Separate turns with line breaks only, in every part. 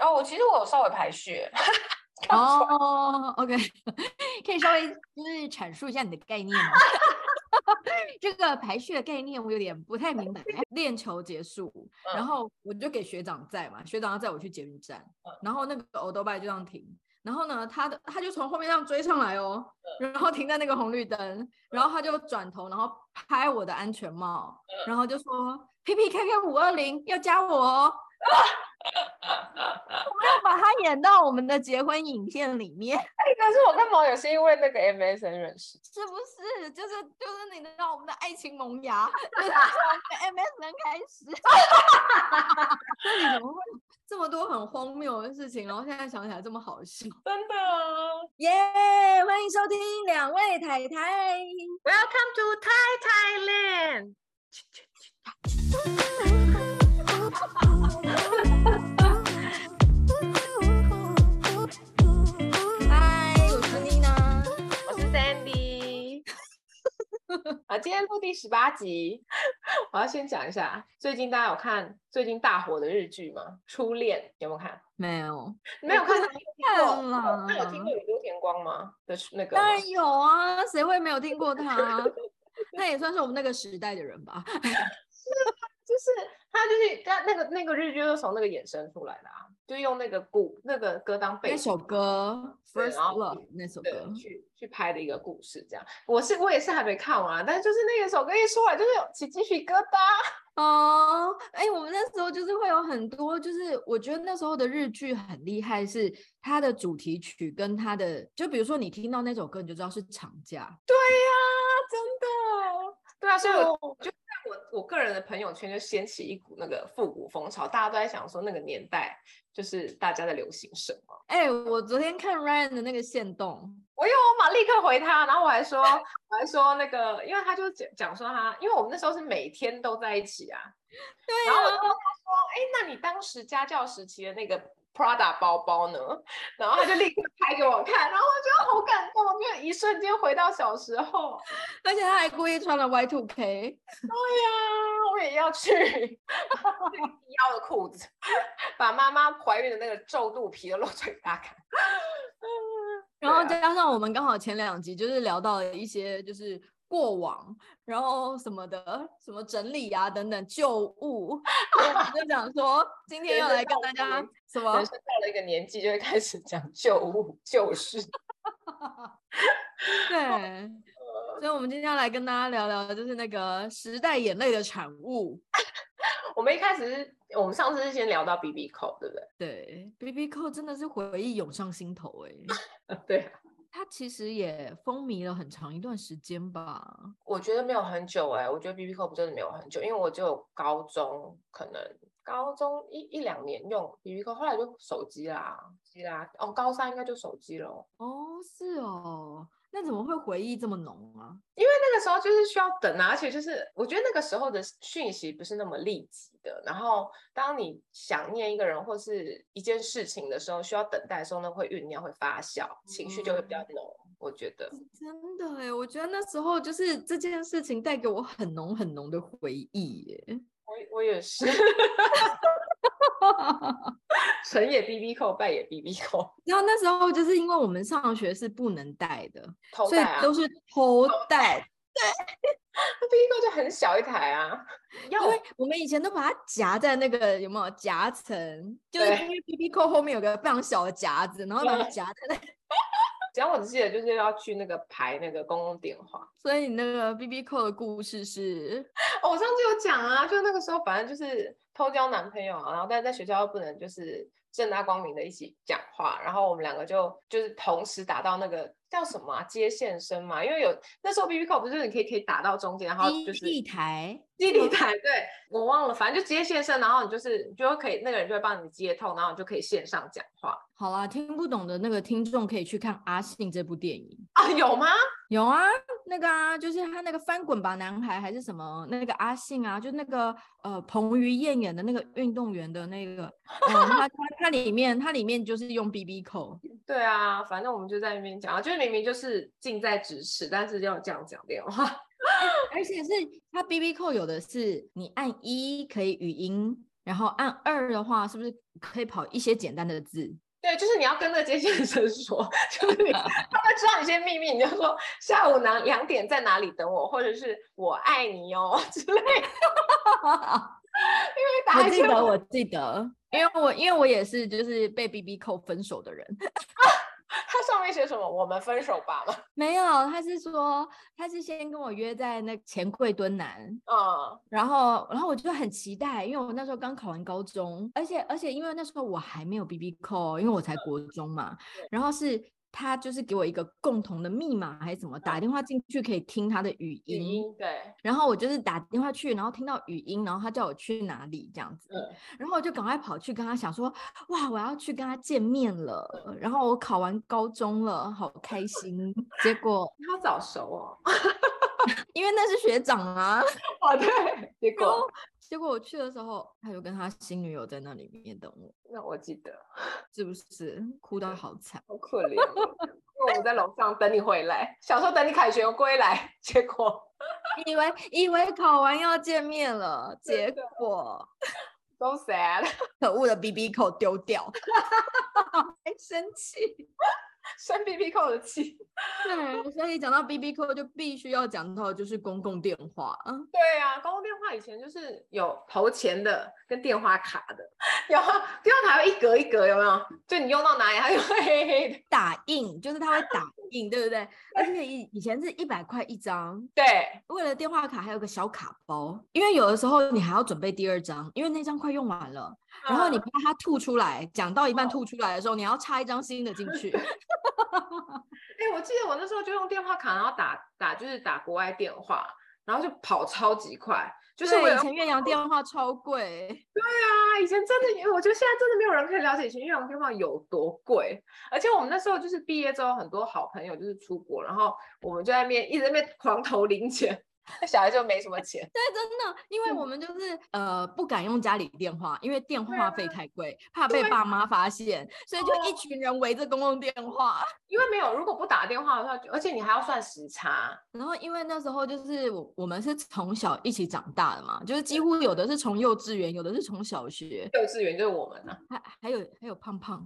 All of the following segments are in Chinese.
哦我其实我有稍微排 序。
哦、o k 可以稍微就是阐述一下你的概念吗？ 这个排序的概念我有点不太明白。练球结束，然后我就给学长载嘛，学长要载我去捷运站，然后那个欧多拜就这样停，然后呢，他的他就从后面这样追上来哦， 然后停在那个红绿灯，然后他就转头，然后拍我的安全帽，然后就说 “P P K K 五二零要加我哦”，我们要把它演到我们的结婚影片里面。
哎，可是我跟毛友是因为那个 MSN 认识，
是不是？就是就是你知道我们的爱情萌 芽，就是从 MSN 开始。 那你怎么会这么多很荒谬的事情，然后现在想起来这么好笑？
真的啊。
耶欢迎收听两位太太。
Welcome to Thai Thailand。
嗨，我是妮娜。
我是 Sandy。啊，今天录第十八集，我要先讲一下，最近大家有看最近大火的日剧吗？《初恋》有没有看？
没有，
没有看，那你有听过
看
那有
啦
听过宇多田光吗？的那个
当然有啊，谁会没有听过他？ 那也算是我们那个时代的人吧。
就是他就是他那个那个日剧就是从那个衍生出来的啊，就用那个鼓那个歌当背
那
景。
首歌《
对
First
然后
Love》那首歌
对，，去去拍的一个故事，这样。我是我也是还没看完啊，但是就是那个首歌一出来，就是有起鸡皮疙瘩。
哦，哎，我们那时候就是会有很多，就是我觉得那时候的日剧很厉害，是它的主题曲跟它的，就比如说你听到那首歌，你就知道是长假。
对呀、真的。对啊，所以我就在我我个人的朋友圈就掀起一股那个复古风潮，大家都在想说那个年代就是大家在流行什么。
哎，我昨天看 Ryan 的那个线动，
我有嘛，立刻回他，然后我还说，我还说那个，因为他就讲讲说他，因为我们那时候是每天都在一起啊，
对
然后我就
啊，
问他说，哎，那你当时家教时期的那个 Prada 包包呢？然后他就立刻拍给我看，然后我觉得好感动，就一瞬间回到小时候。
而且他还故意穿了 Y Two K，
对呀、我也要 去腰的裤子，把妈妈怀孕的那个皱肚皮都露出来给大家看。
然后
对啊
再加上我们刚好前两集就是聊到了一些就是过往，然后什么的，什么整理啊等等旧物， 所以我们就想说今天
人
要
生
来跟
道
大
理
家什么
人生到了一个年纪，就会开始讲旧物旧事。
对，所以，我们今天要来跟大家聊聊，就是那个时代眼泪的产物。
我们一开始是我们上次是先聊到 B B 扣，对不对？
对，B B 扣真的是回忆涌上心头哎、
对啊，
它其实也风靡了很长一段时间吧。
我觉得没有很久哎、我觉得 B B 扣真的没有很久，因为我只有高中可能高中一一两年用 B B 扣，后来就手机啦，机啦，哦，高三应该就手机咯。
哦，是哦，那怎么会回忆这么浓啊？
因为那个时候就是需要等啊，而且就是我觉得那个时候的讯息不是那么立即的。然后当你想念一个人或是一件事情的时候，需要等待的时候呢，会酝酿，会发酵，情绪就会比较浓。我觉得，
真的哎，我觉得那时候就是这件事情带给我很浓很浓的回忆耶。
我我也 是，成也 B B 扣，败也 B B 扣，
然后那时候就是因为我们上学是不能带的，
头
所以
戴啊
都是偷带，
，B B 扣就很小一台啊，要
因为我们以前都把它夹在那个有没有夹层，就是
对
因为 B B 扣后面有个非常小的夹子，然后把它
嗯
夹在那，
只要我只记得就是要去那个排那个公共电话，
所以你那个 B B 扣的故事是，
哦，我上次有讲啊，就那个时候反正就是偷交男朋友啊，然后但是在学校又不能就是正大光明的一起讲话，然后我们两个就就是同时打到那个叫什么、啊、接线生嘛，因为有那时候 B B 扣不是你可以可以打到中间，然后
第
就是
一台，
基地台，对我忘了，反正就接线生，然后你就是你就可以那个人就会帮你接通，然后你就可以线上讲话
好啦，听不懂的那个听众可以去看《阿信》这部电影，
啊，有吗？
有啊，那个啊，就是他那个翻滚吧男孩还是什么那个阿信啊，就那个呃彭于晏演的那个运动员的那个，嗯，他他他里面他里面就是用 B B 扣，
对啊，反正我们就在那边讲啊，就是明明就是近在咫尺，但是要这样讲电话。
而且是它 B B 扣有的是你按一可以语音，然后按二的话，是不是可以跑一些简单的字？
对，就是你要跟那个接线生说， 就是你他们知道你些秘密，你就说下午两两点在哪里等我，或者是我爱你哦 之类的。因为打
我
一
记
些
得，我记得，因为我因为我也是就是被 B B 扣分手的人。
它上面写什么？我们分手吧嘛。
没有，他是说他是先跟我约在那钱柜敦南，
嗯，
然后然后我就很期待，因为我那时候刚考完高中，而且而且因为那时候我还没有 B B 扣，哦因为我才国中嘛，然后是。他就是给我一个共同的密码还是怎么，打电话进去可以听他的嗯语
语
音，
音对，
然后我就是打电话去，然后听到语音，然后他叫我去哪里这样子，
嗯
然后我就赶快跑去跟他想说，哇，我要去跟他见面了，然后我考完高中了，好开心。结果
你好早熟哦。
因为那是学长啊，
哦，对，结
然后
果
结果我去的时候，他就跟他新女友在那里面等我，
那我记得，
是不是哭到好惨？
好可怜哦，因为我们在楼上等你回来，想说等你凯旋归来，结果
以为以为考完要见面了，
真
结
的
果
so sad，
可恶的 B B 扣丢掉， 还生气。
生 B B 扣的 气。
对，所以讲到 B B Q 就必须要讲到的就是公共电话，嗯
对啊，公共电话以前就是有投钱的跟电话卡的，然后啊电话卡会一格一格，有没有？就你用到哪里，它就会黑黑的。
打印就是它会 打印，对不对？而且以以前是一百块一张，
对，
为了电话卡还有个小卡包，因为有的时候你还要准备第二张，因为那张快用完了，然后你
嗯
怕它吐出来，讲到一半吐出来的时候，你要插一张新的进去，
哎、我记得我那时候就用电话卡，然后打打就是打国外电话，然后就跑超级快。 就是我
对
有
以前岳阳电话超贵，
啊，以前真的，因为我觉得现在真的没有人可以了解以前岳阳电话有多贵。而且我们那时候就是毕业之后，很多好朋友就是出国，然后我们就在那边一直在那边狂投零钱， 那小孩就没什么钱。
对，真的，因为
嗯
我们就是呃不敢用家里电话，因为电
对
话
啊
费太贵，怕
对
被
啊哦
爸妈发现，所以就一群人围着公共电话。
因为没有，如果不打电话的话，而且你还要算时差，
然后因为那时候就是我我们是从小一起长大的嘛，就是
嗯
几乎有的是从幼稚园，有的是从小学，
幼稚园就是我们啊，
还还有还有胖胖，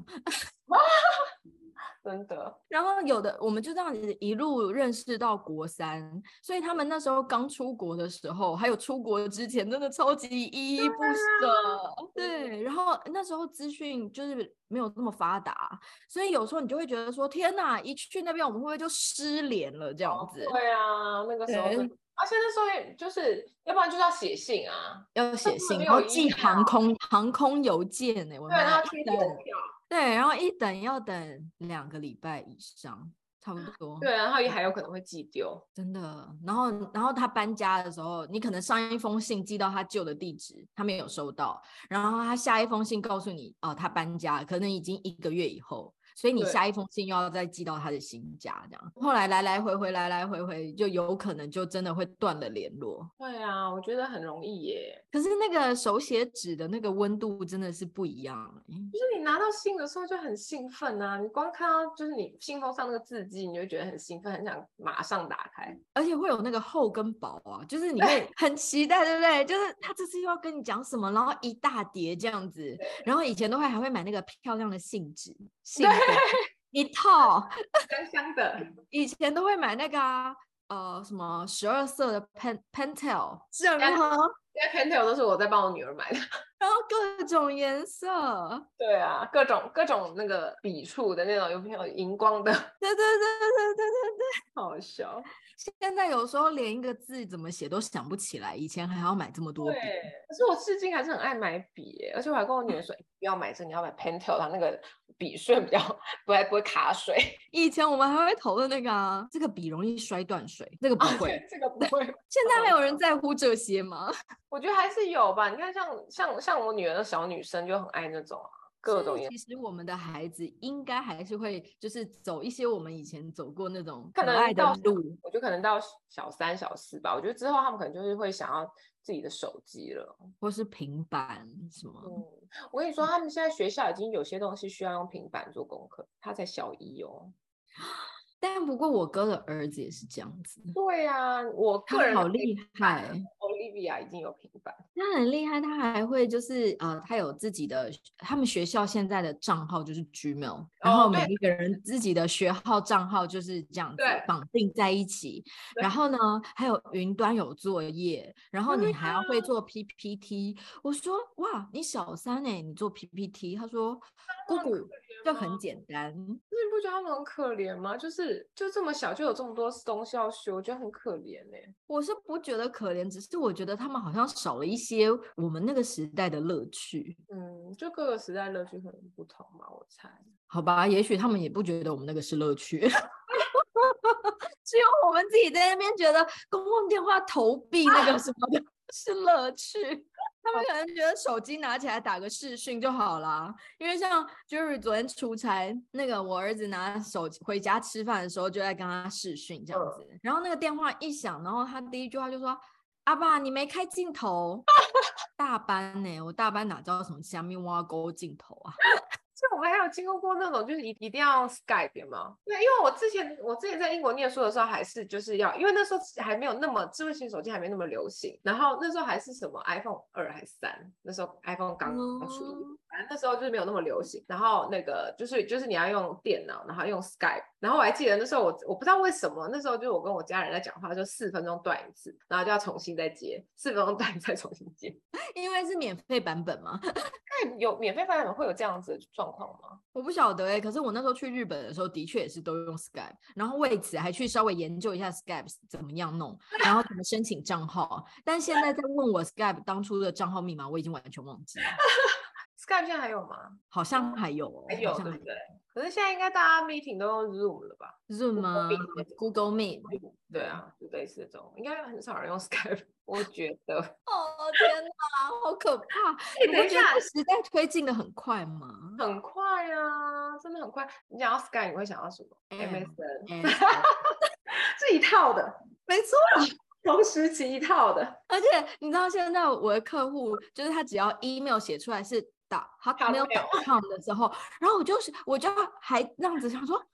真的。
然后有的我们就这样子一路认识到国三，所以他们那时候刚出国的时候，还有出国之前，真的超级依依不
啊
舍。对，然后那时候资讯就是没有那么发达，所以有时候你就会觉得说，天哪，一去那边我们会不会就失联了这样子？
对啊，那个时候
对
真的，而且那时候也就是，要不然就是要写信啊，
要写
本
信，
没
然后
有
寄
email
航空航空邮件呢、我
对，
的
然
妈
后
一
贴
等
邮票，
对，然后一等要等两个礼拜以上，差不多。
对，然后也还有可能会寄丢，
真的，然后然后他搬家的时候，你可能上一封信寄到他旧的地址，他没有收到，然后他下一封信告诉你，哦，他搬家了，可能已经一个月以后，所以你
对
下一封信又要再寄到他的新家，这样，后来来来回回，来来回回，就有可能就真的会断了联络。
对啊，我觉得很容易耶。
可是那个手写纸的那个温度真的是不一样欸、
就是你拿到信的时候就很兴奋啊，你光看到就是你信封上那个字迹，你就觉得很兴奋，很想马上打 开。
而且会有那个厚跟薄啊，就是你会很期待，对不对？就是他这次又要跟你讲什么，然后一大叠这样子。然后以前都会还会买那个漂亮的信纸，信封一套。
香香的，
以前都会买那个啊、呃什么十二色的 pen pentel，是如
哎
何？
现在 Pentel 都是我在帮我女儿买的。
然后各种颜色，
对啊，各种各种那个笔触的那种，有没有荧光的？
对对对对对对。
好笑。
现在有时候连一个字怎么写都想不起来，以前还要买这么多笔。
可是我至今还是很爱买笔耶，而且我还跟我女儿说，欸不要买这个，你要买 Pentel，它那个笔顺比较不会不会卡水。
以前我们还会投的那个啊，这个笔容易摔断水，这个不
啊
会。
对这个不会。
现在还
嗯
有人在乎这些吗？
我觉得还是有吧。你看像，像像我女儿的小女生就很爱那种啊各
所
种
以
颜，
其实我们的孩子应该还是会，就是走一些我们以前走过那种
可
可
能
爱的
到
路。
我就可能到小三、小四吧。我觉得之后他们可能就是会想要自己的手机了。
或是平板什么。
嗯，我跟你说，他们现在学校已经有些东西需要用平板做功课，他才小一哦。
但不过我哥的儿子也是这样子，
对呀、我个
他
人
好
对
厉
啊
害。
Olivia 已经有平板，
他很厉害，他还会就是呃，他有自己的，他们学校现在的账号就是 Gmail，、然
哦
后每
对
一个人自己的学号账号就是这样子
对
绑定在一起。然后呢，还有云端有作业，然后
对
你还要会做 PPT。我说哇，你小三哎、你做 PPT？他说姑
很可
姑这很
吗
简单。
就是嗯你不觉得他们很可怜吗？就是就这么小就有这么多东西要学，我觉得很可怜欸呢、
我是不觉得可怜，只是我觉得他们好像少了一些我们那个时代的乐趣。
嗯，就各个时代乐趣可能不同嘛，我猜。
好吧，也许他们也不觉得我们那个是乐趣， 只有我们自己在那边觉得公共电话投币那个什么的 是乐趣。他们可能觉得手机拿起来打个视讯就好啦，因为像 Jerry 昨天出差，那个我儿子拿手机回家吃饭的时候就在跟他视讯这样
嗯
子，然后那个电话一响，然后他第一句话就说：“阿爸，你没开镜头。” 大班呢、我大班哪知道什么下面挖沟镜头啊？
就我们还有经历过那种，就是一一定要 Skype 吗？对，因为我之前我之前在英国念书的时候，还是就是要，因为那时候还没有那么智慧型手机还没那么流行，然后那时候还是什么 iPhone 二还是三，那时候 iPhone 刚刚出，
嗯
反正那时候就是没有那么流行。然后那个就是就是你要用电脑，然后用 Skype，然后我还记得那时候我我不知道为什么那时候就是我跟我家人在讲话，就四分钟断一次，然后就要重新再接，四分钟断再重新接。
因为是免费版本嘛，
那有免费版本会有这样子的状况吗？
我不晓得哎、可是我那时候去日本的时候，的确也是都用 Skype，然后为此还去稍微研究一下 Skype 是怎么样弄，然后怎么申请账号。但现在在问我 Skype 当初的账号密码，我已经完全忘记了，
Skype 现在还有吗？
好像还有、哦，
还
好
有
像
对
还
不对？可是现在应该大家 meeting 都用 Zoom 了吧？
Zoom 啊
Meet 那种
，Google Meet。
对啊，就类似这种，应该很少人用 Skype，我觉得。
哦天哪，好可怕！
哎
你不觉得，时代推进的很快吗
很快啊，真的很快。你讲到 Skype，你会想到什么
嗯
？MSN
？And-
是一套的，
没错，
啊同时期一套的。
而且你知道现在我的客户，就是他只要 email 写出来是打 hotmail.com 的时候，然后我就是我就还那样子想说啊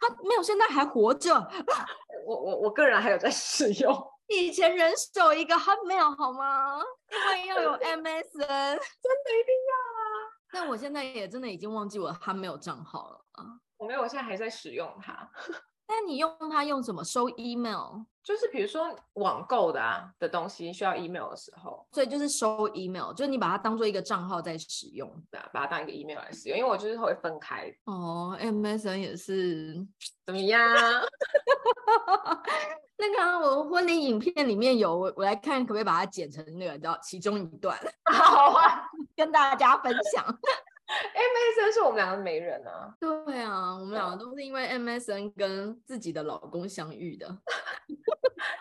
，hotmail 现在还活着，
我我我个人还有在 使用，
以前人手一个 hotmail 好吗？因为要 有 MSN。
真的一定要啊。
那我现在也真的已经忘记我的 hotmail 账号了啊。
我没有，我现在还在使用它。
那你用它用什么收 email？
就是比如说网购的啊的东西需要 email 的时候，
所以就是收 email，就是你把它当做一个账号在使用。
对啊把它当一个 email 来使用，因为我就是会分开。
哦，MSN 也是
怎么样？
那个啊、我婚礼影片里面有我，我来看可不可以把它剪成那个叫其中一段
好啊。
跟大家分享。
MSN 是我们两个的媒人啊，
对啊，我们两个都是因为 MSN 跟自己的老公相遇的。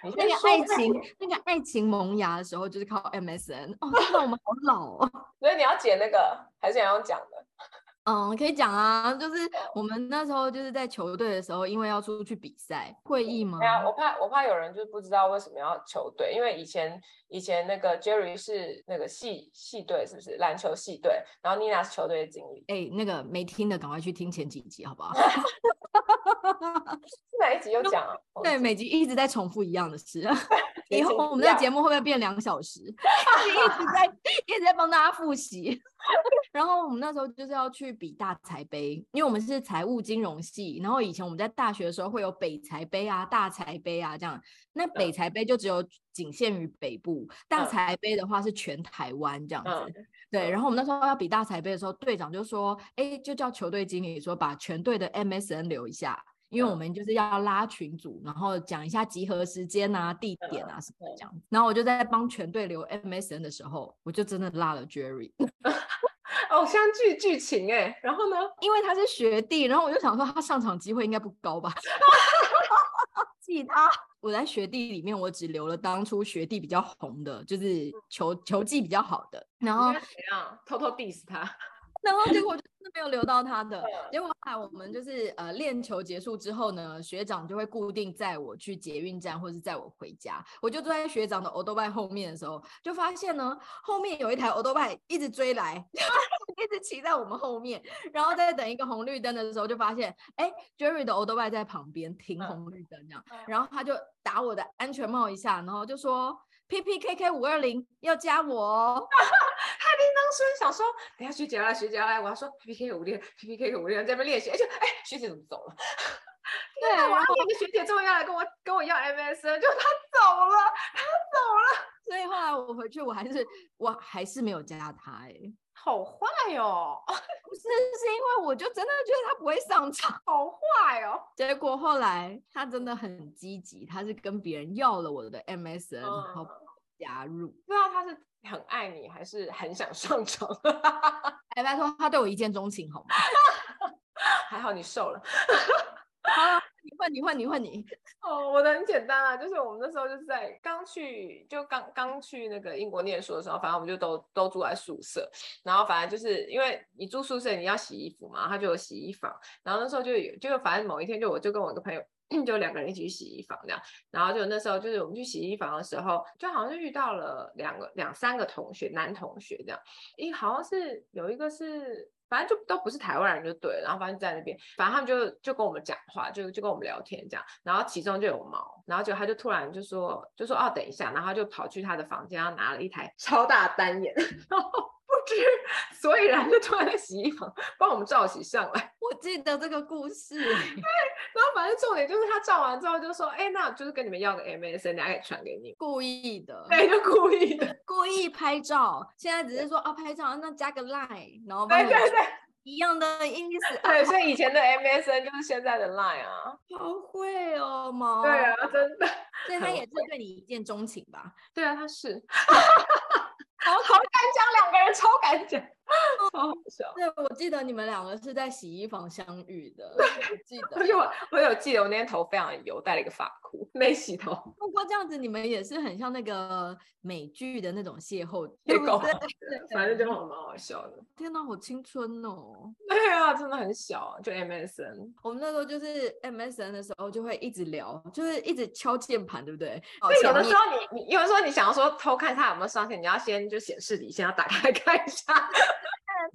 你
那
先
个
说
爱
吧
情，那个爱情萌芽的时候就是靠 MSN。哦，天哪，我们好老哦。
所以你要剪那个，还是你要讲的？
嗯，可以讲啊，就是我们那时候就是在球队的时候，因为要出去比赛，会议吗
对？啊，我怕我怕有人就是不知道为什么要球队，因为以前以前那个 Jerry 是那个系系队，是不是篮球系队？然后 Nina 是球队的经理，
哎、那个没听的赶快去听前几集，好不好？
是哪一集有讲啊？忘
对，
记
每集一直在重复一样 的事。以
集
后
不
我们
一
的
样
节目会不会变两小 时？就是一直在一直在帮大家复习。 然后我们那时候就是要去比大财杯，因为我们是财务金融系。然后以前我们在大学的时候会有北财杯啊、大财杯啊这样。那北财杯就只有仅限于北部，大
嗯
财杯的话是全台湾这样子。
嗯
对，
嗯
然后我们那时候要比大彩杯的时候，队长就说：“哎，就叫球队经理说把全队的 MSN 留一下，因为我
嗯
们就是要拉群组，然后讲一下集合时间啊、地
嗯
点啊什么的
嗯
这样子。”然后我就在帮全队留 MSN 的时候，我就真的拉了 Jerry，
偶像剧哦剧情哎、然后呢？
因为他是学弟，然后我就想说他上场机会应该不高吧， 记他。我在学弟里面，我只留了当初学弟比较
嗯
红的，就是球球技比较好的，然
你
后
现在怎样偷偷啊 diss 他？
然后结果就真的没有留到他的。结果后来我们就是呃练球结束之后呢，学长就会固定载我去捷运站，或是载我回家。我就坐在学长的 o d o b i 后面的时候，就发现呢后面有一台 o d o b i 一直追来， 一直骑在我们后面。然后在等一个红绿灯的时候，就发现哎 Jerry 的 o d o b i 在旁边停红绿灯这样，然后他就打我的安全帽一下，然后就说 P P K K 五二零要加我哦。
他叮当声想说，等一下学姐要来，学姐要来，我要说 P P K 五六，P P K 五六，在那边练习，而且哎，学姐怎么走了？
对，然
我
后
要一个学姐终于要来跟我跟我要 MSN，就她走了，她走了，
所以后来我回去，我还是我还是没有加他哎、
好坏哦，
不是是因为我就真的觉得他不会上场。
好坏哦，
结果后来他真的很积极，他是跟别人要了我的 MSN，、然后
嗯
加入。
不知道她是很爱你还是很想上场，
哎，拜托他对我一见钟情好吗？
还好你瘦了。
好，你换你换你换你，
哦，我的很简单啊，就是我们那时候就是在刚去，就刚刚去那个英国念书的时候，反正我们就都都住在宿舍，然后反正就是因为你住宿舍你要洗衣服嘛，他就有洗衣房，然后那时候就有，就反正某一天就我就跟我一个朋友。 就两个人一起去洗衣房这样，然后就那时候就是我们去洗衣房的时候，就好像就遇到了两个两三个同学，男同学这样，一好像是有一个是，反正就都不是台湾人就对了，然后反正在那边，反正他们就就跟我们讲话，就就跟我们聊天这样，然后其中就有毛，然后就他就突然就说就说哦等一下，然后他就跑去他的房间，然后拿了一台超大单眼， 然后不知所以然就突然在洗衣房帮我们照洗上来，
我记得这个故事。
然后反正重点就是他照完之后就说，哎那就是跟你们要个 MSN，大概传给你，
故意的，
对，就故意的，
故意拍照。现在只是说啊，拍照，那加个 line，然后帮
对
你
对对
一样的意思。啊
对，所以以前的 MSN 就是现在的 Line 啊，
好会哦，毛。
对啊，真的，
所以他
很
也是对你一见钟情吧？
对啊，他是。
好
好敢讲，两个人超敢讲，超好笑。
对，我记得你们两个是在洗衣房相遇的，我记
而
得。
且我我有记得我那天头非常油，戴了一个发箍，没洗头。
不过这样子，你们也是很像那个美剧的那种邂逅，对
结
不
果
对？
反正就蛮蛮好笑的。
天哪，好青春哦！
对啊，真的很小，就 MSN。
我们那时候就是 MSN 的时候，就会一直聊，就是一直敲键盘，对不对？好
对，有的
强
时候你你有的时候你想要说偷看他有没有上线，你要先就显示底线要打开看一 下，
烈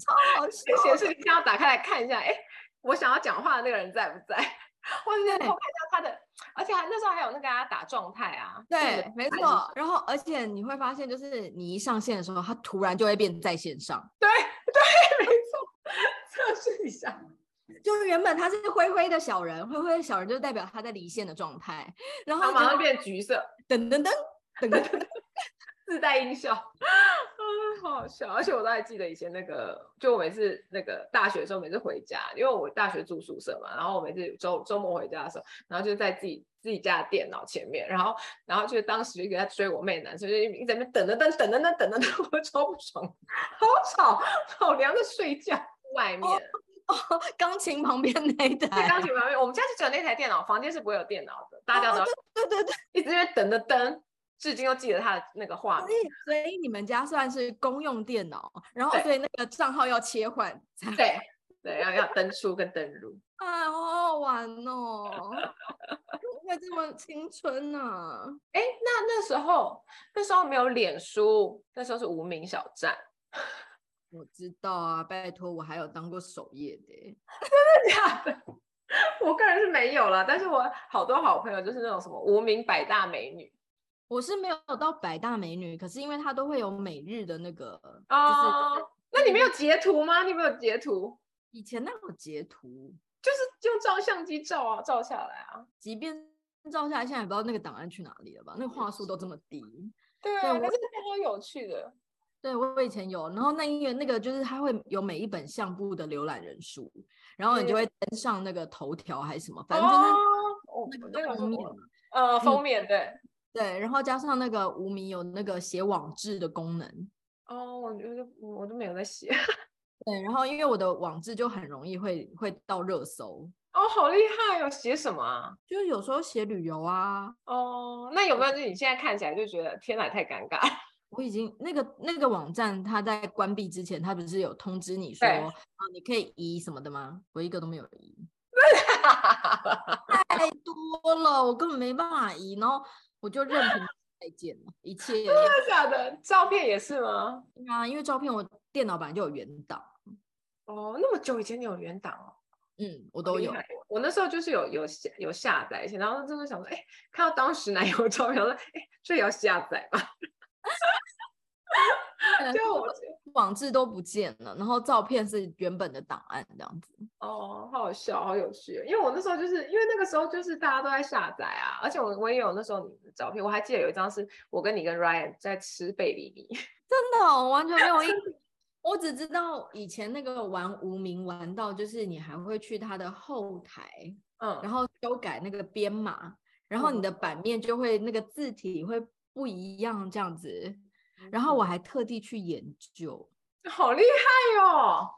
超好笑。
显示底线要打开来看一下，哎，我想要讲话的那个人在不在？ 或者是偷看一下他的，而且还那时候还有那个啊打状态啊，
对，没
还是
错。然后，而且你会发现，就是你一上线的时候，他突然就会变在线上。
没错，测试一下。
就是原本他是灰灰的小人，灰灰的小人就代表他在离线的状态，
然
然后
后马
结
上
果
变橘色，
噔噔噔噔噔噔，
自带音效， 啊，好好笑！而且我都还记得以前那个，就我每次那个大学的时候，每次回家，因为我大学住宿舍嘛，然后我每次周周末回家的时候，然后就在自己自己家的电脑前面，然后然后就当时就一个在追我妹的男生，就一直在那边等等等等等等等等， 我超不爽，好吵，老娘在睡觉。哦外面
钢琴旁边那一
在
台
钢，琴旁边，我们家就只有那台电脑，房间是不会有电脑的，大家都
哦
要
对对对，
一直在那边等等等，至今都记得他的那个画面
所。以所以你们家算是公用电脑，然后
对
所以那个账号要切换才
对对，要要登出跟登入。
啊，好好玩 哦，怎么会这么青春呢、
哎，那那时候那时候没有脸书，那时候是无名小站，
我知道啊，拜托，我还有当过守夜的欸耶，
真的假的？ 我个人是没有了，但是我好多好朋友就是那种什么无名百大美女
我是没有到百大美女，可是因为它都会有每日的那个，
哦。
就是
那你们有截图吗？你们有截图？
以前那种截图，
就是用照相机照啊，照下来啊。
即便照下来，现在也不知道那个档案去哪里了吧？那个画素都这么低。
对
对
啊，可
我
是哦非常有趣的。
对，我以前有，然后那因为那个就是它会有每一本相簿的浏览人数，然后你就
嗯
会登上那个头条还是什么，反正就是
哦，
那
我
个
个
封
是
面
我
嘛。
呃，
嗯
封面对。
对，然后加上那个无名有那个写网志的功能，
哦，我觉得我都没有在写。
对，然后因为我的网志就很容易会会到热搜，
哦，好厉害哦！写什么啊？
就是有时候写旅游啊，
哦，那有没有就是你现在看起来就觉得天哪，太尴尬了？
我已经那个那个网站，它在关闭之前，它不是有通知你说
对
啊，你可以移什么的吗？我一个都没有 移，太多了，我根本没办法移，然后我就任凭再见了，一切。
真的假的？照片也是吗？
对啊，因为照片我电脑版就有原档，
哦，那么久以前你有原档哦。
嗯，我
好
都
厉
有。
害哦我那时候就是有有下有下载一些，然后真的想说，哎、看到当时男友照片，我说，哎、这也要下载吧？
呃
就我
网志都不见了，然后照片是原本的档案这样子。
哦，好好笑，好有趣哦。因为我那时候就是因为那个时候就是大家都在下载啊，而且我我也有那时候你的照片，我还记得有一张是我跟你跟 Ryan 在吃贝里尼，
真的、哦，我完全没有印象。我只知道以前那个玩无名玩到，就是你还会去它的后台，
嗯，
然后修改那个编码，然后你的版面就会那个字体会不一样这样子。然后我还特地去研究，
嗯好厉害哦。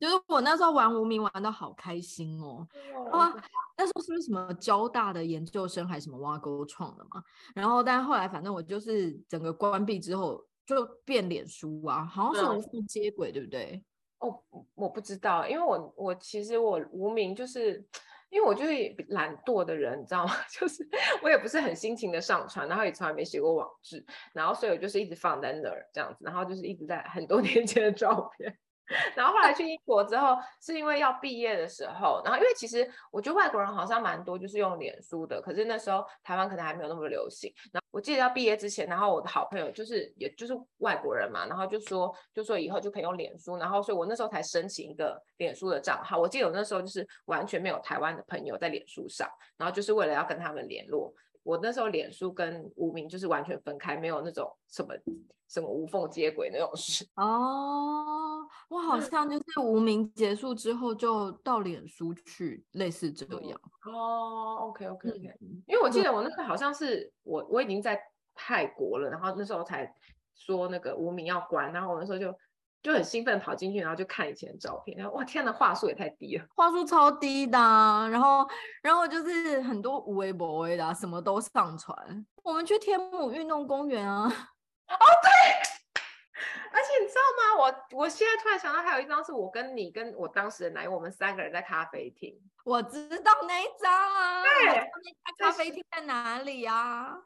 就是我那时候玩无名玩到好开心哦。哇
哦，
那时候是不是什么交大的研究生还是什么挖沟创的嘛？然后，但后来反正我就是整个关闭之后就变脸书啊，好像是
嗯
无缝接轨，对不对？
哦，我不知道，因为我我其实我无名就是。因为我就是懒惰的人，你知道吗？ 就是我也不是很辛勤的上传，然后也从来没写过网志，然后所以我就是一直放在那儿这样子，然后就是一直在很多 年前的照片。然后后来去英国之后，是因为要毕业的时候，然后因为其实我觉得外国人好像蛮多就是用脸书的，可是那时候台湾可能还没有那么流行。然后我记得要毕业之前，然后我的好朋友就是也就是外国人嘛，然后就说就说以后就可以用脸书，然后所以我那时候才申请一个脸书的账号。我记得我那时候就是完全没有台湾的朋友在脸书上，然后就是为了要跟他们联络。我那时候脸书跟无名就是完全分开，没有那种什么什么无缝接轨那种事。
哦，我好
嗯
像就是无名结束之后就到脸书去，类似这
嗯
样。
哦，OK OK OK，
嗯
因为我
那
记得我那个好像是我我已经在泰国了，然后那时候才说那个无名要关，然后我那时候就就很兴奋跑进去，然后就看以前的照片，然后哇天呐，话术也太低了，
话术超低的啊、然后然后就是很多无微博微的啊、什么都上传。我们去天母运动公园啊，
而且你知道吗？我我现在突然想到还有一张是我跟你跟我当时的男友，我们三个人在咖啡厅，
我知道那一张啊，我
对
知道那家咖
是
啡厅在哪里 啊？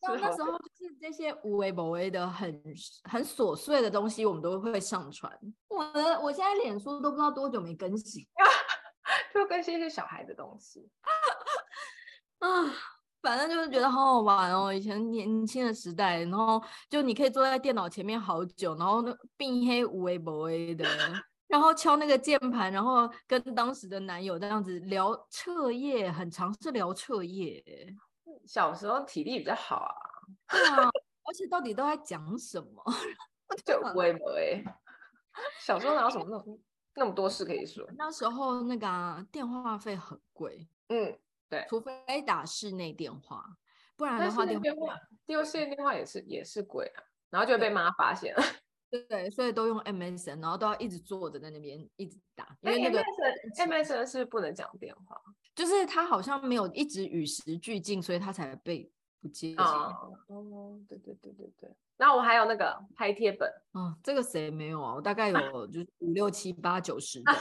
然后
是
那
好
时
久
候就是这些无微不微的很很琐碎的东西，我们都会上传。我的我现在脸书都不知道多久没更新
就跟些些小孩的东西。
啊，反正就是觉得好好玩哦。以前年轻的时代，然后就你可以坐在电脑前面好久，然后那并黑无微不微的，然后敲那个键盘，然后跟当时的男友这样子聊彻夜，很尝试聊彻夜。
小时候体力比较好啊，
对啊，而且到底都在讲什么？
就
好
不会不会。欸 小时候哪有什么那种那么多事可以说？
那时候那个啊、电话费很贵，
嗯，
除非打室内电话，不然
但
的
是
话
那
电
啊电
话
话丢线电话也是也是贵啊，然后就会被妈发现了。
费对，所以都用 MSN，然后都要一直坐着在那边一直打，因
哎
为那个
MSN MSN 是不能讲电话
就是他好像没有一直与时俱进，所以他才被不接受。
啊。哦，对对对对对。然后我还有那个拍贴本，
嗯，这个谁没有啊？啊我大概有就是五六七八九十种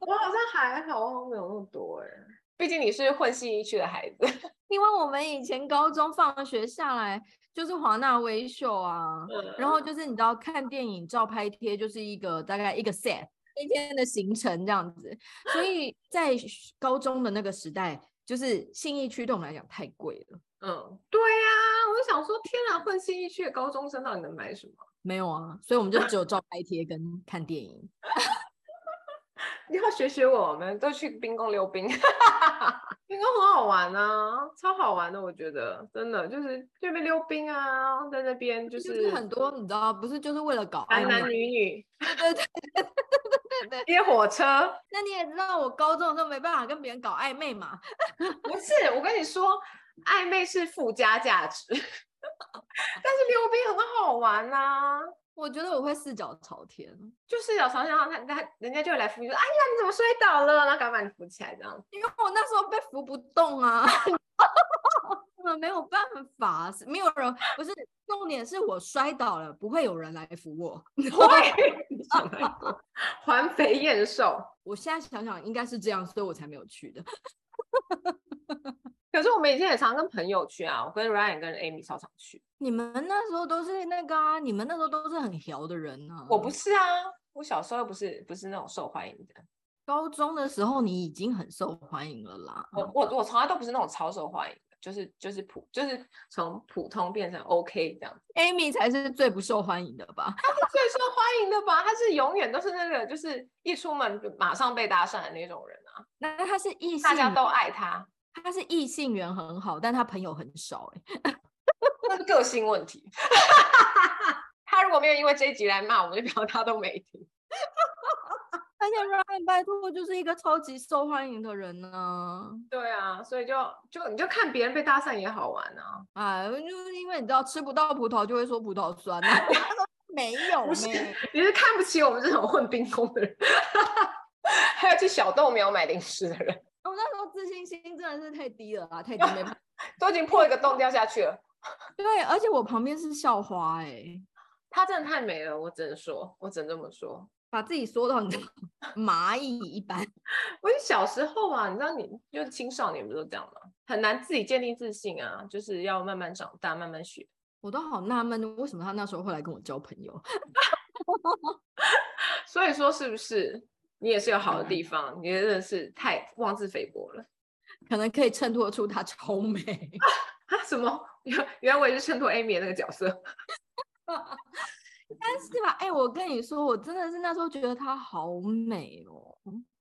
我好像还好，我好像没有那么多哎、毕竟你是混信义区的孩子，
因为我们以前高中放学下来就是华纳微秀啊，然后就是你知道看电影照拍贴就是一个大概一个 set 一天的行程这样子，所以在学高中的那个时代，就是信义区对我们来讲太贵了。
嗯，对呀、我就想说，天啊，混信义区的高中生到底能买什么？
没有啊，所以我们就只有照拍贴跟看电影。
你要学学我，我们都去冰宫溜冰， 冰宫很好玩啊，超好玩的，我觉得真的就是去那边溜冰啊，在那边就
就是是很多你知道，不是就是为了搞暧
男男
昧。
女女
对对对对对对。
接火车，
那你也知道，我高中的时候没办法跟别人搞暧昧嘛，
不是，我跟你说，暧昧是附加价值， 但是溜冰很好玩呐、
我觉得我会四脚朝天，
就是有常常他他人家就会来扶你说，哎呀，你怎么摔 倒了？然后赶快把你扶起来这样。
因为我那时候被扶不动啊。 我们没有办法，是没有人不是重点是我摔倒了，不会有人来扶我。
会 环肥燕瘦。
我现在想想应该是这样，所以我才没有去的。
可是我们以前也常跟朋友去啊，我跟 Ryan 跟 Amy 超常去。
你们那时候都是那个啊，你们那时候都是很调的人啊。
我不是啊，我小时候不是不是那种受欢迎的。
高中的时候你已经很受欢迎了啦。
我我我从来都不是那种超受欢迎的，就是就是普就是从普通变成 OK 这样。
Amy 才是最不受欢迎的吧？
她是最受欢迎的吧？她是永远都是那个就是一出门就马上被搭讪的那种人啊。
那她是异性，
大家都爱她。
他是异性缘很好，但他朋友很少、欸，哎
那是个性问题。 他如果没有因为这一集来骂，我们就表他都没听。
而且 Ryan 拜托就是一个超级受欢迎的人呢、啊。
对啊，所以就就你就看别人被搭讪也好玩啊。
哎，就是因为你知道吃不到葡萄就会说葡萄酸、 啊，没有、欸，
不是你是看不起我们这种混冰工的人， 还有去小豆苗买零食的人。
我那时候自信心真的是太低了啊，太低没，
都已经破一个洞掉下去了。
对，而且我旁边是校花哎、欸，
她真的太美了，我只能说，我只能这么说，
把自己说到你知道 蚂蚁一般。
我小时候啊，你知道你，你就是青少年不都这样吗？很难自己建立自信啊，就是要慢慢长大，慢慢学。
我都好纳闷，为什么他那时候会来跟我交朋友？
所以说，是不是？你也是有好的地方，嗯、你真的是太妄自菲薄了，
可能可以衬托出她超美
啊！什么？原原来我也是衬托 Amy 的那个角色，
但是吧，哎、欸，我跟你说，我真的是那时候觉得她好美哦。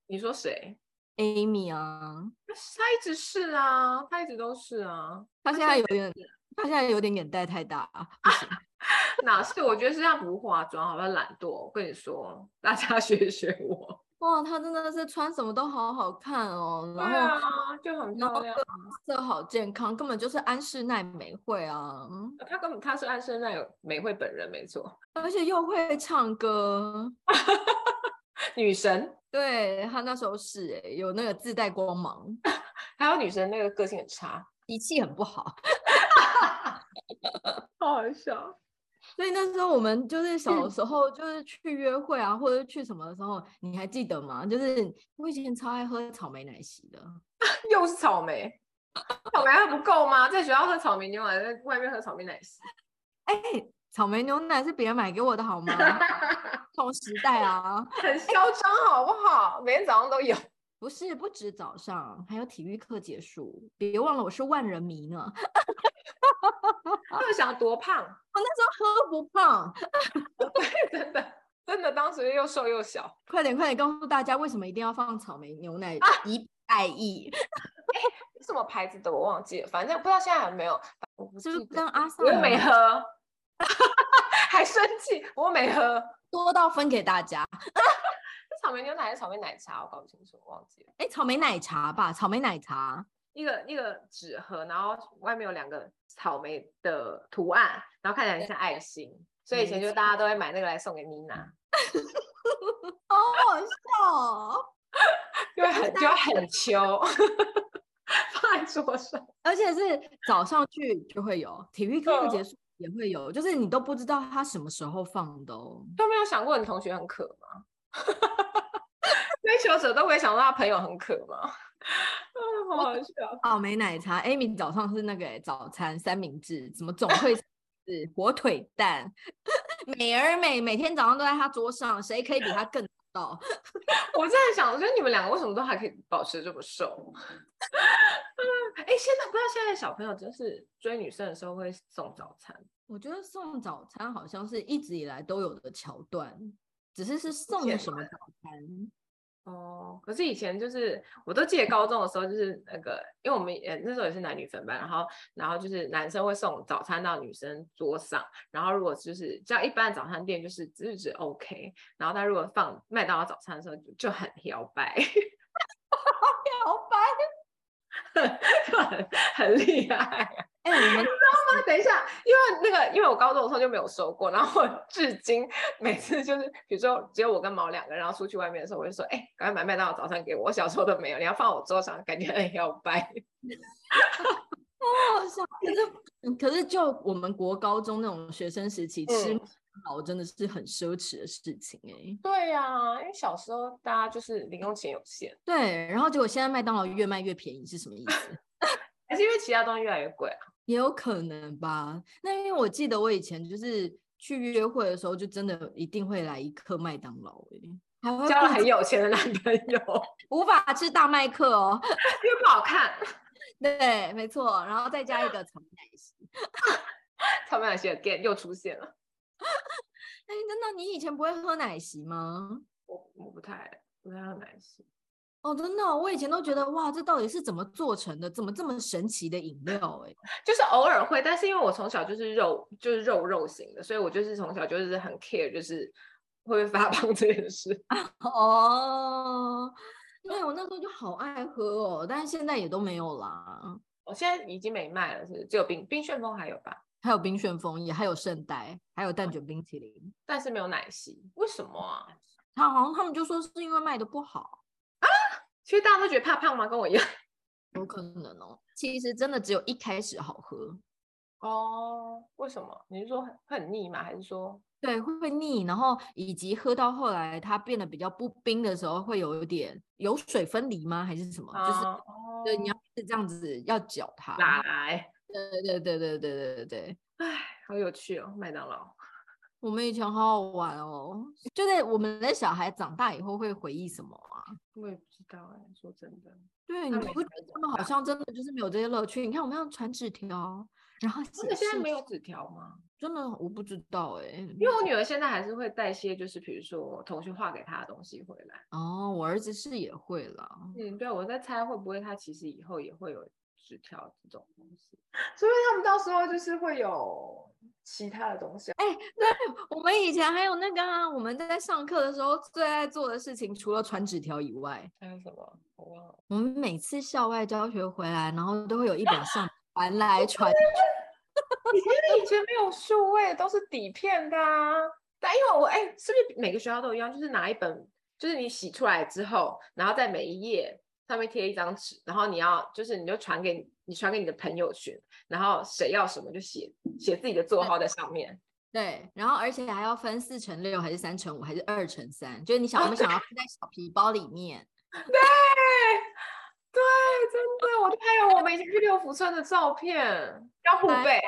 你说谁
？Amy 啊，
她一直是啊，她一直都是啊，
她现在有点，她现在有点眼袋太大啊。
哪是？我觉得是她不化妆，好像懒惰。我跟你说，大家 学学我。
哇，她真的是穿什么都好好看哦，然后、
啊、就很漂亮，
色好健康，根本就是安室奈美惠啊！
她根本她是安室奈美惠本人没错，
而且又会唱歌，
女神。
对她那时候是哎，有那个自带光芒，
还有女神那个个性很差，
脾气很不好，
好好笑。
所以那时候我们就是
嗯
小时候，就是去约会啊，或者去什么的时候，你还记得吗？就是我以前超爱喝草莓奶昔的，
又是草莓， 草莓还不够吗？在学校喝草莓牛奶，在外面喝草莓奶昔。
哎、欸，草莓牛奶是别人买给我的 好吗？同时代啊，
很嚣张好不好？欸、每天早上都有。
不是，不止早上，还有体育课结束。别忘了，我是万人迷呢。
特想多胖？我
那时候喝不胖，
对， 真的，真的，当时又瘦又小。
快点，快点告诉大家，为什么一定要放草莓牛奶
啊
以 爱意？
哎欸，什么牌子的我忘记了，反正不知道现在有没有。我
是不是跟阿 萨？
我又没喝，嗯 还生气，我没喝，
多到分给大家。
草莓牛奶还是草莓奶茶？我搞不清楚，我忘记了。
哎，草莓奶茶吧，草莓奶茶，
一个一个纸盒，然后外面有两个草莓的图案，然后看起来像爱心，所以以前就大家都会买那个来送给妮娜，
好好笑哦，
就会很 就会很秋，放在桌上，
而且是早上去就会有，体育课结束也会有，就是你都不知道它什么时候放的哦，
都没有想过你同学很渴吗？ 追求者都会想到他朋友很渴吗？ 啊好好笑！
草莓奶茶，Amy 早上是那个、欸、早餐三明治，什么总会是火腿蛋，美而美，每天早上都在他桌上，谁可以比他更到？
我在想，我觉得你们两个为什么都还可以保持这么瘦？ 哎、欸，现在不知道现在小朋友真是追女生的时候会送早餐，
我觉得送早餐好像是一直以来都有的桥段。只是是送什么早餐
哦，可是以前就是我都记得高中的时候，就是那个，因为我们也那时候也是男女分班，然后然后就是男生会送早餐到女生桌上，然后如果就是像一般的早餐店就是日指 OK，然后他如果放麦当劳早餐的时候就很摇摆，
摇
摆 就很很厉害。
哎、欸，你们
知道吗？等一下，因为那个，因为我高中的时候就没有收过，然后我 至今每次就是，比如说只有我跟毛两个人，然后出去外面的时候，我就说，哎、欸，赶快买麦当劳早餐给 我。我小时候都没有，你要放我桌上，感觉很摇摆。
哦，好笑！是可是就我们国高中那种学生时期，吃
嗯
好真的是很奢侈的事情哎、
对呀、因为小时候大家就是零用钱有限，
对，然后结果现在麦当劳越卖越便宜是什么意思？
还是因为其他东西越来越贵啊？
也有可能吧。那因为我记得我以前就是去约会的时候，就真的一定会来一颗麦当劳哎、还会
交了
顾
很
及
有钱的男朋友，
无法吃大麦克哦，
因为不好看，
对，没错，然后再加一个草莓奶昔。
草莓奶昔 again 又出现了，
哎，难道你以前不会喝奶昔吗？
我我不太不太很奶昔，
哦，真的哦、我以前都觉得哇，这到底是怎么做成的？怎么这么神奇的饮料、欸？
就是偶尔会，但是因为我从小就是肉就是肉肉型的，所以我就是从小就是很 care 就是会不会发 胖这件事。
哦，对我那时候就好爱喝哦，但是现在也都没有啦。
我现在已经没卖了，是不是只有冰冰旋风还有吧，
还有冰旋风，也还有圣代，还有蛋卷冰淇淋。
但是没有奶昔，为什么啊？
他好像他们就说是因为卖的不好，
其实大家都觉得怕胖吗？跟我一样。
有可能哦。其实真的只有一开始好喝，
哦，为什么？你是说很会很腻吗？还是说
对，会会腻，然后以及喝到后来它变得比较不冰的时候，会有一点有水分离吗？还是什么？就是
啊
对，你要
哦
是这样子要搅它。
来？
对对对对对对对对，
哎，好有趣哦，麦当劳。
我们以前好好玩哦，就是我们的小孩长大以后会回忆什么啊？
我也不知道哎、说真的，
对，你
他
不
们
觉
也
得
没
他们好
长
像真的就是没有这些乐趣？你看我们要传纸条，然后
真的
写
现在
信
没，有纸条吗？
真的我不知道哎、
因为我女儿现在还是会带些，就是比如说同学画给她的东西回来。
哦，我儿子是也会啦，
嗯，对，我在猜会不会她其实以后也会有纸条这种东西，所以他们到时候就是会有其他的东西啊。
我们以前还有那个啊，我们在上课的时候最爱做的事情，除了传纸条以外，
还有什么？我忘了。
我们每次校外教学回来，然后都会有一本上传来传
以前以前没有数位，都是底片的啊。但因为我哎、是不是每个学校都一样？就是拿一本，就是你洗出来之后，然后在每一页上面贴一张纸，然后你要就是你就传给你你传给你的朋友群，然后谁要什么就写写自己的座号在上面。
对，然后而且还要分四乘六，还是三乘五，还是二乘三？就是你想 我们想要放在小皮包里面，
对对，真的，我都还有我们以前去六福村的照片，要互
来
背。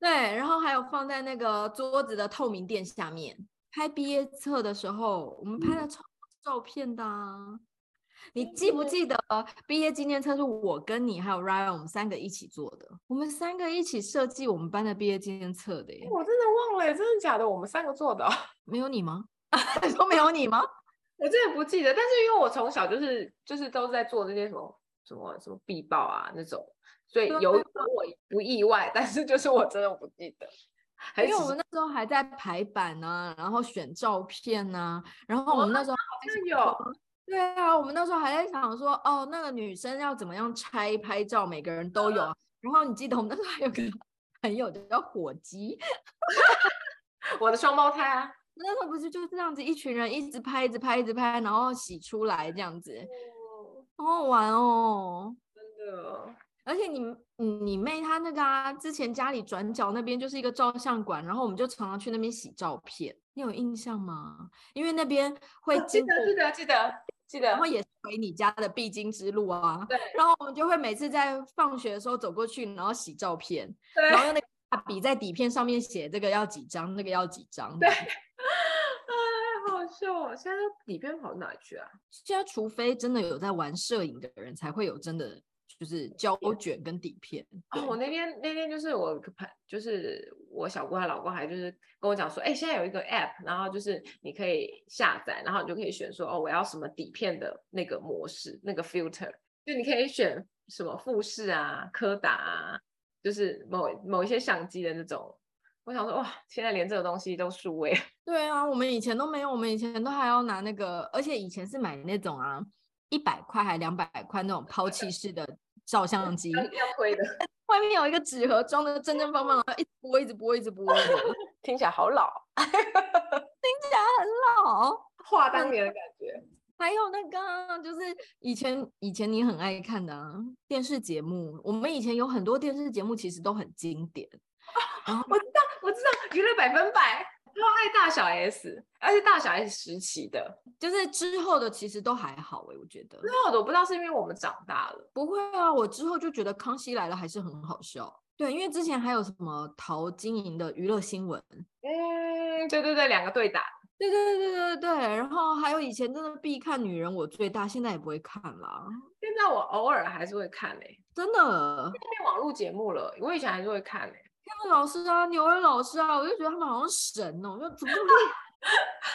对，然后还有放在那个桌子的透明垫下面。拍毕业册的时候，我们拍了超多照片的、啊。你记不
嗯
记得毕业纪念册是我跟你还有 Ryan 我们三个一起做的？我们三个一起设计我们班的毕业纪念册的耶，
我真的忘了耶，真的假的？我们三个做的哦、
没有你吗？ 说没有你吗？
我真的不记得，但是因为我从小就是就是都在做那些什么什么什么必报啊那种，所以
对
有我不意外， 但是就是我真的不记得。还
因为
只
我
是
们那时候还在排版呢、然后选照片呢、然后我们那时候还在
像
想
有
说对啊，我们那时候还在想说，哦，那个女生要怎么样拆拍照，每个人都有啊。然后你记得我们那时候还有个 朋友叫火鸡，
我的双胞胎啊，
那时候不是就是这样子，一群人一直拍，一直拍，一直拍，然后洗出来这样子，好好玩哦。
真的
而且你你你妹她那个啊，之前家里转角那边就是一个照相馆，然后我们就常常去那边洗照片，你有印象吗？因为那边会
哦记
经过
得记得记得记得
然后，也是回你家的必经之路啊。
对，
然后我们就会每次在放学的时候走过去，然后洗照片，
对
然后用那个大笔在底片上面写这个要几张，那个要几张。
对，哎，好笑哦！现在底片跑哪里去啊？
现在除非真的有在玩摄影的人，才会有真的就是胶卷跟底片。
哦，我
对
那天那天就是我有个朋，就是我小姑她老公还就是跟我讲说，哎、现在有一个 app，然后就是你可以下载，然后你就可以选说，哦，我要什么底片的那个模式，那个 filter，就你可以选什么富士啊、柯达啊，就是某某一些相机的那种。我想说，哇，现在连这个东西都数位了，
对啊，我们以前都没有，我们以前都还要拿那个，而且以前是买那种啊，一百块还两百块那种抛弃式的照相机，
要要推的，
外面有一个纸盒装的正正方方，然后一直播，一直播，一直播。一直播
听起来好老，
很老，哦
话当年的感觉。
还有那个啊就是以前以前你很爱看的、啊、电视节目，我们以前有很多电视节目其实都很经典。然后
我知道，我知道，娱乐百分百，超爱大小 S，而且大小 S 时期的，
就是之后的其实都还好哎、我觉得
之后的我不知道是因为我们长大了，
不会啊。我之后就觉得《康熙来了》还是很好笑。对，因为之前还有什么陶晶莹的娱乐新闻，
嗯，对对对，两个对打，
对对对对对，然后还有以前真的必看《女人我最大》，现在也不会看啦，
现在我偶尔还是会看嘞、
真的。
现在变网络节目了，我以前还是会看欸嘞、
他们老师啊，牛恩老师啊，我就觉得他们好像神哦，我就怎么那么厉害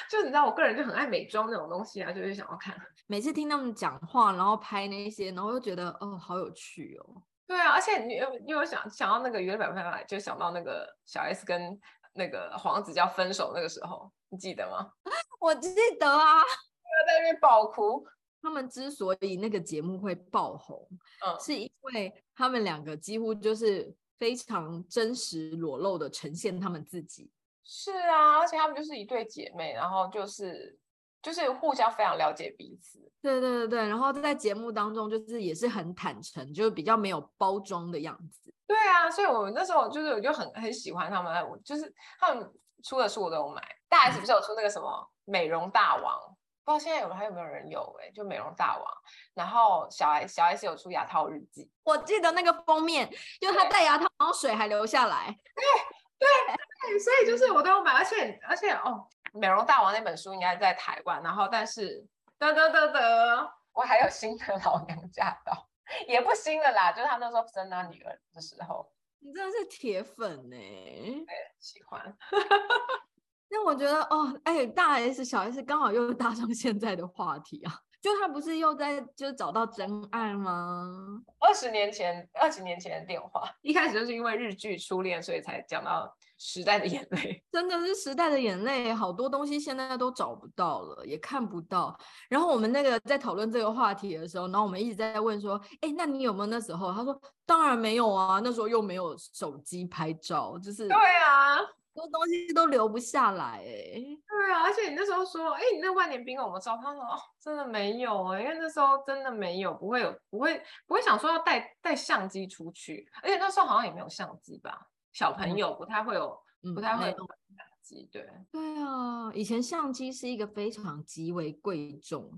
就你知道，我个人就很爱美妆那种东西啊，就是想要看。
每次听他们讲话，然后拍那些，然后就觉得哦，好有趣哦。
对啊，而且你有你有想想到那个娱乐百分百，就想到那个小 S 跟那个黄子佼分手那个时候，你记得吗？
我记得啊，
他在那边爆哭，
他们之所以那个节目会爆红，
嗯
是因为他们两个几乎就是非常真实裸露的呈现他们自己。
是啊，而且她们就是一对姐妹，然后就是就是互相非常了解彼此。
对对对对，然后在节目当中就是也是很坦诚，就是比较没有包装的样子。
对啊，所以我那时候就是我就很很喜欢他们，我就是他们出的书我都有买。大 S 不是有出那个什么美容大王，不知道现在有还有没有人有哎、就美容大王。然后小 S 小 S 有出牙套日记，
我记得那个封面，就是他
对
戴牙套，然后水还流下来。
对，所以就是我都有买，而且而且哦，美容大王那本书应该在台湾，然后但是得得得得， 我还有新的老娘驾到，也不新了啦，就是他那时候生他女儿的时候
你真的是铁粉呢、欸
喜欢。
那我觉得哦，哎，大 S 小 S 刚好又搭上现在的话题啊， 就他不是又在就是找到真爱吗？
二十年前、二十年前的电话，一开始就是因为日剧《初恋》，所以才讲到时代的眼泪。
真的是时代的眼泪，好多东西现在都找不到了，也看不到。然后我们那个在讨论这个话题的时候，然后我们一直在问说，哎，那你有没有那时候？他说当然没有啊，那时候又没有手机拍照，就 是
对啊，
多东西都留不下来、哎。
对啊，而且你那时候说，哎、你那万年冰跟我们照片，他说哦，真的没有哎、因为那时候真的没有，不会有，不会不会想说要带带相机出去，而且那时候好像也没有相机吧，小朋
嗯
友不太会有，
嗯
不太会
没
有
有
相机，对
对啊，以前相机是一个非常极为贵重。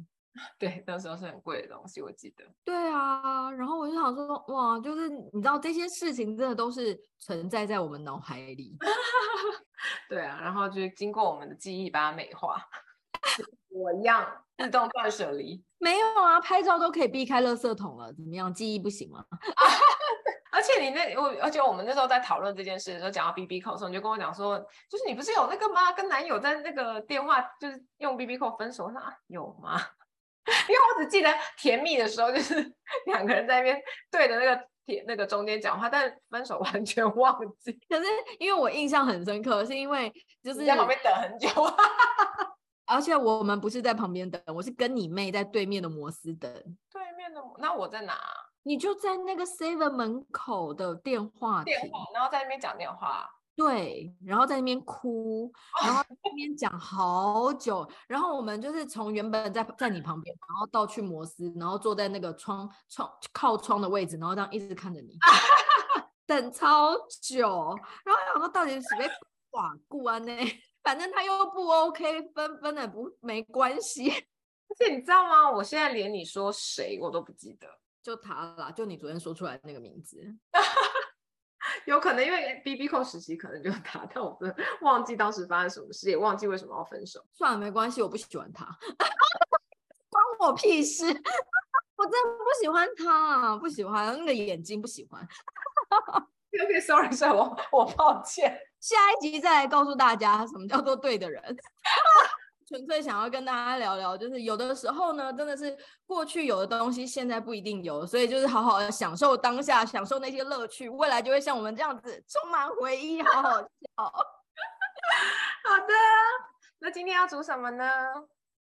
对，那时候是很贵的东西，我记得。
对啊，然后我就想说，哇，就是你知道这些事情真的都是存在在我们脑海里。
对啊，然后就是经过我们的记忆把它美化， 我一样自动断舍离。
没有啊，拍照都可以避开垃圾桶了，怎么样？记忆不行吗？
而且你那我，而且我们那时候在讨论这件事的时候，讲到 B B 扣的时候，你就跟我讲说，就是你不是有那个吗？跟男友在那个电话就是用 B B 扣分手，我说啊有吗？ 因为我只记得甜蜜的时候，就是 两个人在那边对着那个甜那个中间讲话，但分手完全忘记，
可是因为我印象很深刻，是因为 就
就是在旁边等很久 啊。
而且我们不是在旁边等，我是跟你妹在对面的摩斯等。
对面的那我在哪啊？
你就在那个 Seven 门口的电话
电
亭，
话，然后在那边讲电话。
对，然后在那边哭，然后在那边讲好久，然后我们就是从原本在在你旁边，然后到去摩斯，然后坐在那个窗窗靠窗的位置，然后这样一直看着你，等超久，然后想说到底是被寡顾啊呢？ 反正他又不 OK，分分的不没关系，
而且你知道吗？我现在连你说谁我都不记得，
就他啦，就你昨天说出来的那个名字，
有可能因为 B B 扣时期可能就打到我的，忘记当时发生什么事，也忘记为什么要分手。
算了，没关系，我不喜欢他， 关我屁事。 我真的不喜欢他，不喜欢那个眼睛，不喜欢。
OK，sorry，sorry，、我我抱歉。
下一集再来告诉大家什么叫做对的人。 纯粹想要跟大家聊聊，就是有的时候呢，真的是过去有的东西，现在不一定有，所以就是好好的享受当下，享受那些乐趣，未来就会像我们这样子充满回忆，好好笑。
好的，那今天要煮什么呢？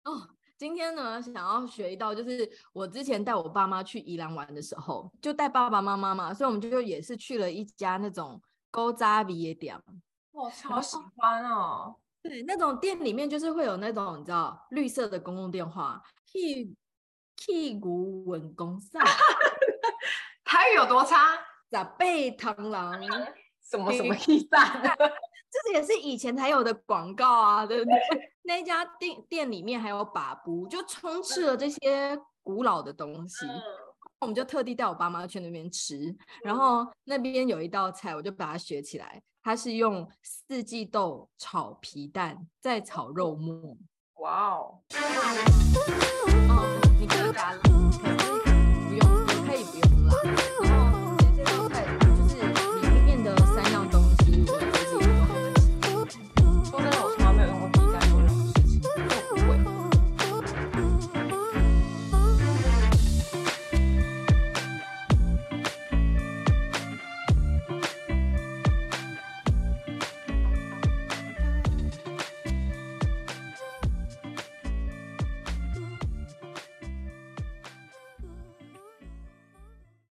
哦，今天呢，想要学一道，就是我之前带我爸妈去宜兰玩的时候，就带爸爸妈妈嘛，所以我们就也是去了一家那种勾扎米野店，
我超喜欢哦，
对，那种店里面就是会有那种你知道绿色的公共电话，屁屁股稳公赛，
台语有多差？
咋被螳螂？
什么什么意啊 蛋？
这也是以前才有的广告啊，对不对？ 那一家店店里面还有把布，就充斥了这些古老的东西。我们就特地带我爸妈去那边吃，然后那边有一道菜，我就把它学起来。它是用四季豆炒皮蛋，再炒肉末。
哇哦！
嗯，你